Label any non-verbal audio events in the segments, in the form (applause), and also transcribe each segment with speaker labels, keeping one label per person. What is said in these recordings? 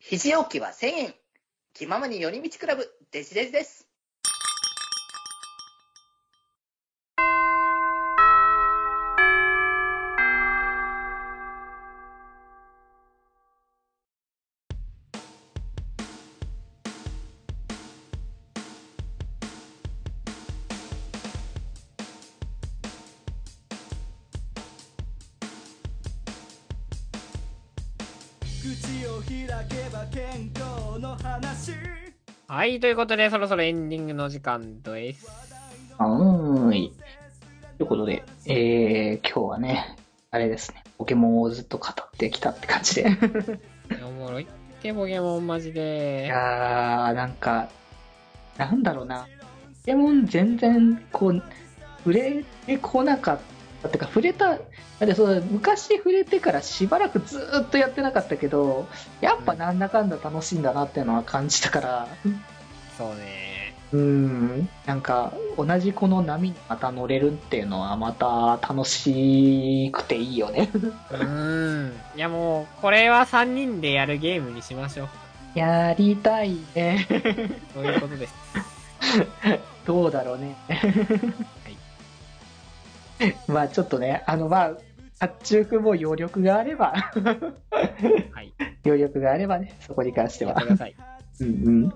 Speaker 1: 肘置きは1000円。気ままに寄り道クラブ、デジデジです。
Speaker 2: 口を開けば健康の話
Speaker 3: はい、ということで、そろそろエンディングの時間です。
Speaker 4: はーい。ということで、えー、今日はね、あれですね、ポケモンをずっと語ってきたって感じで。
Speaker 3: おもろいって、ポケモンマジ
Speaker 4: い
Speaker 3: で。
Speaker 4: やー、なんか、なんだろうな。ポケモン全然、こう、触れてこなかった。ってか、触れた、だってその昔触れてからしばらくずーっとやってなかったけど、やっぱなんだかんだ楽しいんだなっていうのは感じたから、
Speaker 3: そうね。
Speaker 4: うーん、なんか、同じこの波にまた乗れるっていうのはまた楽しくていいよね。
Speaker 3: うーん。いやもう、これは3人でやるゲームにしましょう。
Speaker 4: (laughs) やりたいね。
Speaker 3: そういうことです。
Speaker 4: (laughs) どうだろうね。まあちょっとね、あのまあ、発注も余力があれば、
Speaker 3: はい。
Speaker 4: (laughs) 余力があればね、そこに関して
Speaker 3: やって
Speaker 4: は
Speaker 3: く。ださい。
Speaker 4: うんうん。
Speaker 3: ね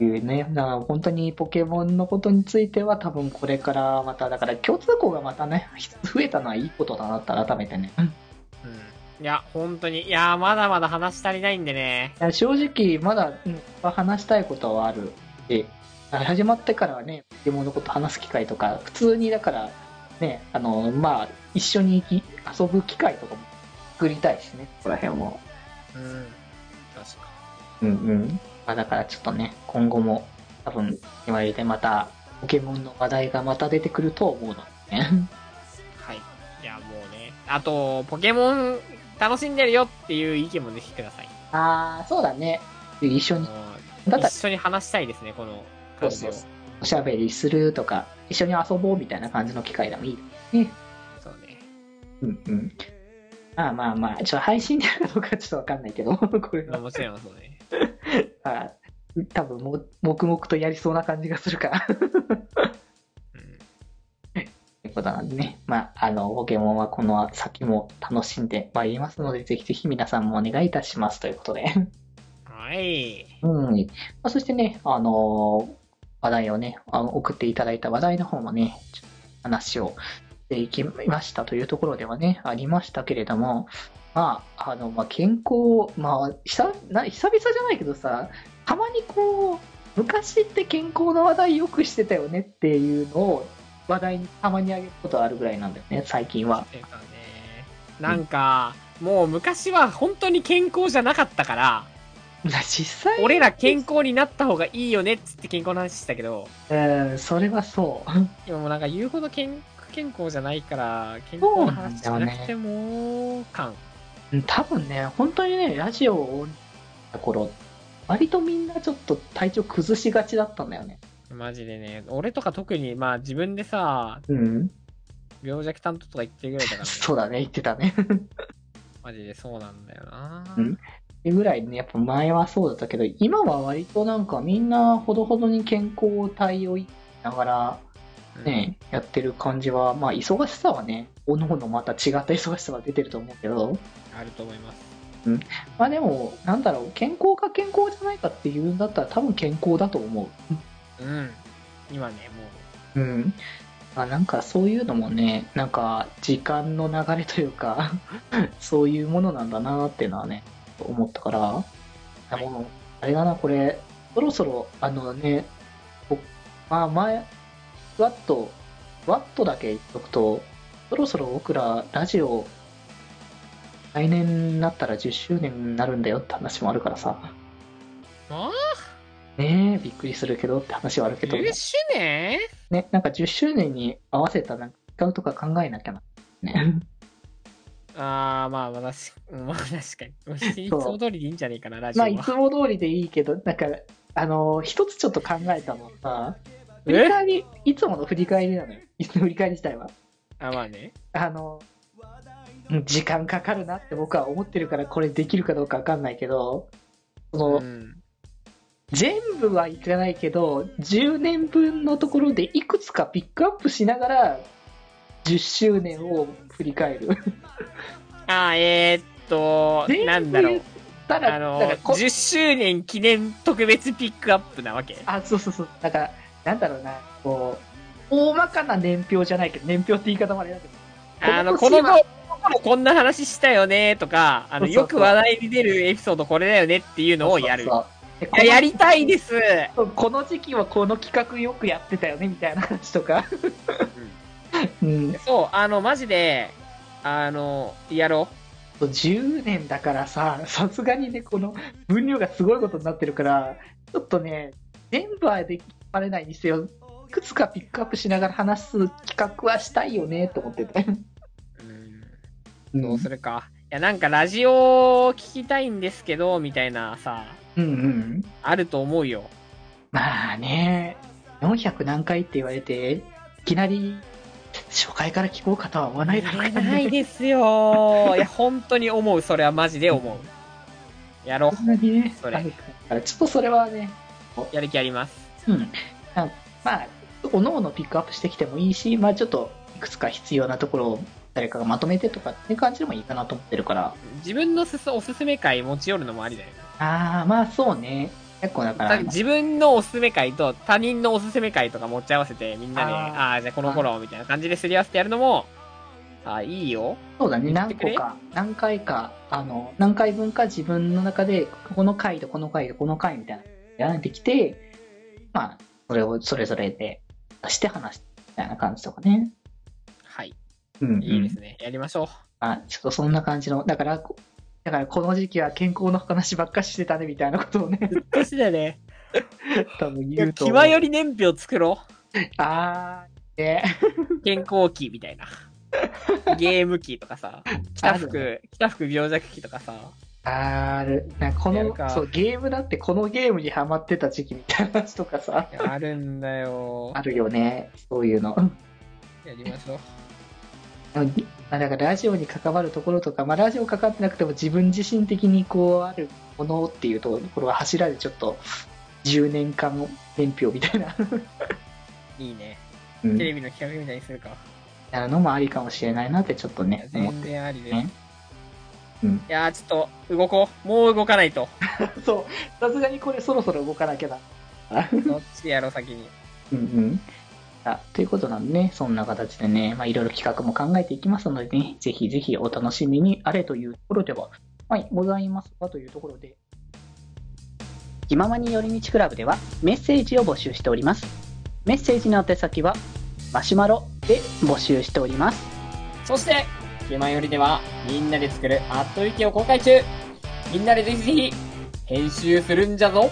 Speaker 4: いうね、だから本当にポケモンのことについては多分これからまた、だから共通項がまたね、増えたのはいいことだなって改めてね。
Speaker 3: うん。いや、本当に。いやー、まだまだ話し足りないんでね。
Speaker 4: いや正直まだ、うん、話したいことはあるし始まってからはねポケモンのこと話す機会とか普通にだからねあのまあ一緒に行き遊ぶ機会とかも作りたいしねここら辺も
Speaker 3: うん。確か
Speaker 4: うんうん、まあ、だからちょっとね今後も多分今入れてまたポケモンの話題がまた出てくると思うのでね
Speaker 3: はい。いや、もうね。あと、ポケモン楽しんでるよっていう意見もぜひください。
Speaker 4: (laughs) ああそうだね一緒に
Speaker 3: も
Speaker 4: だっ
Speaker 3: う
Speaker 4: たら
Speaker 3: 一緒に話したいですね、この感じを。
Speaker 4: そう
Speaker 3: そ
Speaker 4: そうおしゃべりするとか一緒に遊ぼうみたいな感じの機会でもいいね
Speaker 3: うね。
Speaker 4: うんうん。まあまあまあ、ちょっと配信でやるのかちょっとわかんないけど、 (laughs) これ
Speaker 3: まあ
Speaker 4: は。
Speaker 3: もちろんそうね。
Speaker 4: まあ多分もう、黙々とやりそうな感じがするから。と
Speaker 3: うん。
Speaker 4: いう (laughs) ことなんでね。まあ、あの、ポケモンはこの先も楽しんでまいりますので、ぜひぜひ皆さんもお願いいたしますということで。
Speaker 3: はい。
Speaker 4: うん。まあ、そしてね、あのー話題をね、あの送っていただいた話題の方もね、ちょっと話をしていきましたというところではね、ありましたけれども、まあ、あの、まあ、健康、まあ、久な久々じゃないけどさ、たまにこう、昔って健康の話題よくしてたよねっていうのを話題にたまにあげることあるぐらいなんだよね、最近は。
Speaker 3: ていうかね、なんか、もう昔は本当に健康じゃなかったから、
Speaker 4: 実際、
Speaker 3: 俺ら健康になった方がいいよねっつって健康の話してたけど、
Speaker 4: うん、それはそう。
Speaker 3: 今もうなんか言うほど健不健康じゃないから、健康の話じゃなくても、感。
Speaker 4: うん多分ね、本当にね、ラジオをた頃、割とみんなちょっと体調崩しがちだったんだよね。
Speaker 3: マジでね、俺とか特に、まあ自分でさ、
Speaker 4: うん。
Speaker 3: 病弱担当とか言ってるぐらいだから、ね、
Speaker 4: そうだね、言ってたね。 (laughs)
Speaker 3: マジでそうなんだよな。
Speaker 4: うんってぐらいね、やっぱ前はそうだったけど、今は割となんかみんなほどほどに健康体をいながら
Speaker 3: うん
Speaker 4: ね、やってる感じは、まあ忙しさはね、おのおのまた違った忙しさは出てると思うけど、
Speaker 3: あると思います。
Speaker 4: まあでも、なんだろう、健康か健康じゃないかっていうんだったら多分健康だと思う。
Speaker 3: うん。今ね、もう、
Speaker 4: うん、あなんかそういうのもねなんか時間の流れという (laughs) かそういうものなんだなっていうのはね思ったから、あもうあれだなこれそろそろあのね僕まあ前ワットワットだけ言っとくとそろそろ僕らラジオ来年になったら10周年になるんだよって話もあるからさ
Speaker 3: あ
Speaker 4: ねえびっくりするけどって話はあるけど
Speaker 3: 10周年
Speaker 4: ね、なんか10周年に合わせたなんか使うとか考えなきゃな。ね。
Speaker 3: ああ、まあ、まあ、確かまあ、確かに。もういつも通りでいいんじゃねえかな、ラジオ
Speaker 4: (laughs) ま
Speaker 3: は。
Speaker 4: あ、いつも通りでいいけど、なんか、あのー一つちょっと考えたのさ、振り
Speaker 3: え
Speaker 4: 返り、いつもの振り返りなのよ。いつも振り返り自体は。
Speaker 3: あ、まあね。
Speaker 4: あのー時間かかるなって僕は思ってるからこれできるかどうかわかんないけど、そうの、
Speaker 3: ん。
Speaker 4: 全部はいかないけど、10年分のところでいくつかピックアップしながら、10周年を振り返る。
Speaker 3: あー、えー、っと、
Speaker 4: (laughs) 全部
Speaker 3: なんだろ
Speaker 4: 言
Speaker 3: う
Speaker 4: っ。たら、
Speaker 3: あ
Speaker 4: だ
Speaker 3: の
Speaker 4: からこ
Speaker 3: 10周年記念特別ピックアップなわけ
Speaker 4: あ、そうそうそう。だから、なんだろうな、こう、大まかな年表じゃないけど、年表って言い方もあれだけど、
Speaker 3: あの、こ
Speaker 4: この
Speaker 3: の
Speaker 4: 年は
Speaker 3: 頃こんな話したよねとか、あの、
Speaker 4: そうそうそ
Speaker 3: よく
Speaker 4: う
Speaker 3: 話題に出るエピソードこれだよねっていうのをやる。
Speaker 4: そうそう。
Speaker 3: いややりたいですす
Speaker 4: このこの時期はこの企画よくやってたよね、みたいな話とか。うん、
Speaker 3: そう、あの、マジで、あの、やろ
Speaker 4: そう10年だからさ、さすがにね、この分量がすごいことになってるから、ちょっとね、全部はできられないにせよ、いくつかピックアップしながら話す企画はしたいよね、と思ってて。
Speaker 3: う。
Speaker 4: う
Speaker 3: どうするか。いや、なんかラジオを聞きたいんですけど、みたいなさ、
Speaker 4: うんうん。
Speaker 3: あると思うよ。
Speaker 4: まあね、400何回って言われて、いきなり初回から聞こうかとは思わないだろうか
Speaker 3: な
Speaker 4: らね
Speaker 3: いです (laughs) よ。いや、本当に思う。それはマジで思う。やろ
Speaker 4: さすがにね、
Speaker 3: それ
Speaker 4: あるからちょっとそれはね、
Speaker 3: う。やる気あります。
Speaker 4: うん。あまあ、おのおのピックアップしてきてもいいし、まあちょっと、いくつか必要なところを誰かがまとめてとかっていう感じでもいいかなと思ってるから。
Speaker 3: 自分のすすおすすめ会持ち寄るのもありだよね。
Speaker 4: ああ、まあそうね。結構だか
Speaker 3: だから
Speaker 4: ら、
Speaker 3: 自分のおすすめ会と他人のおすすめ会とか持ち合わせてみんなで、
Speaker 4: あー
Speaker 3: ああー、じゃあこの頃みたいな感じですり合わせてやるのも、ああ、いいよ。
Speaker 4: そうだ
Speaker 3: 言
Speaker 4: ね、
Speaker 3: って
Speaker 4: 何
Speaker 3: くれ
Speaker 4: 個か、何回か、あの、何回分か自分の中で、この回とこの回とこの回みたいな、やられてきて、まあ、それをそれぞれで出して話すみたいな感じとかね。
Speaker 3: はい。
Speaker 4: うん、
Speaker 3: いいですね。やりましょう。
Speaker 4: まあ、ちょっとそんな感じの、だから、こだからこの時期は健康の話ばっかしてたねみたいなことをね、
Speaker 3: 年だね。
Speaker 4: (laughs) 多分
Speaker 3: いや
Speaker 4: 言うと。
Speaker 3: 気前より年表作ろ
Speaker 4: あー、ね、
Speaker 3: う。健康期みた (laughs) いな。ゲーム期とかさ。北
Speaker 4: ある
Speaker 3: 福、北福病弱期とかさ。
Speaker 4: ある。なんかこ
Speaker 3: やる
Speaker 4: の
Speaker 3: か
Speaker 4: そう、ゲームだってこのゲームにハマってた時期みたいな話とかさ、
Speaker 3: あるんだよ。
Speaker 4: あるよね、そういうの。
Speaker 3: やりましょう。
Speaker 4: まあ、だからラジオに関わるところとか、まあ、ラジオ関わってなくても自分自身的にこうあるものっていうところは柱でちょっと10年間の年表みたいな、
Speaker 3: いいね。
Speaker 4: う (laughs)
Speaker 3: テレ
Speaker 4: ん、
Speaker 3: ビの企画みたいにするか。
Speaker 4: なのもありかもしれないなってちょっと
Speaker 3: いや
Speaker 4: ね思っ
Speaker 3: 全
Speaker 4: て
Speaker 3: 然ありです。
Speaker 4: うん
Speaker 3: いやー、ちょっと、動こう。もう動かないと。
Speaker 4: そうさすがにこれそろそろ動かなきゃだ
Speaker 3: どっちやろう、先に。
Speaker 4: うんうんあということなんでねそんな形でね、まあ、いろいろ企画も考えていきますのでねぜひぜひお楽しみにあれというところでははいございますがというところで気ままに寄り道クラブではメッセージを募集しておりますメッセージの宛先はマシュマロで募集しております
Speaker 3: そして、気まよりでは、みんなで作るアットウィキを公開中みんなでぜひぜひ、編集するんじゃぞ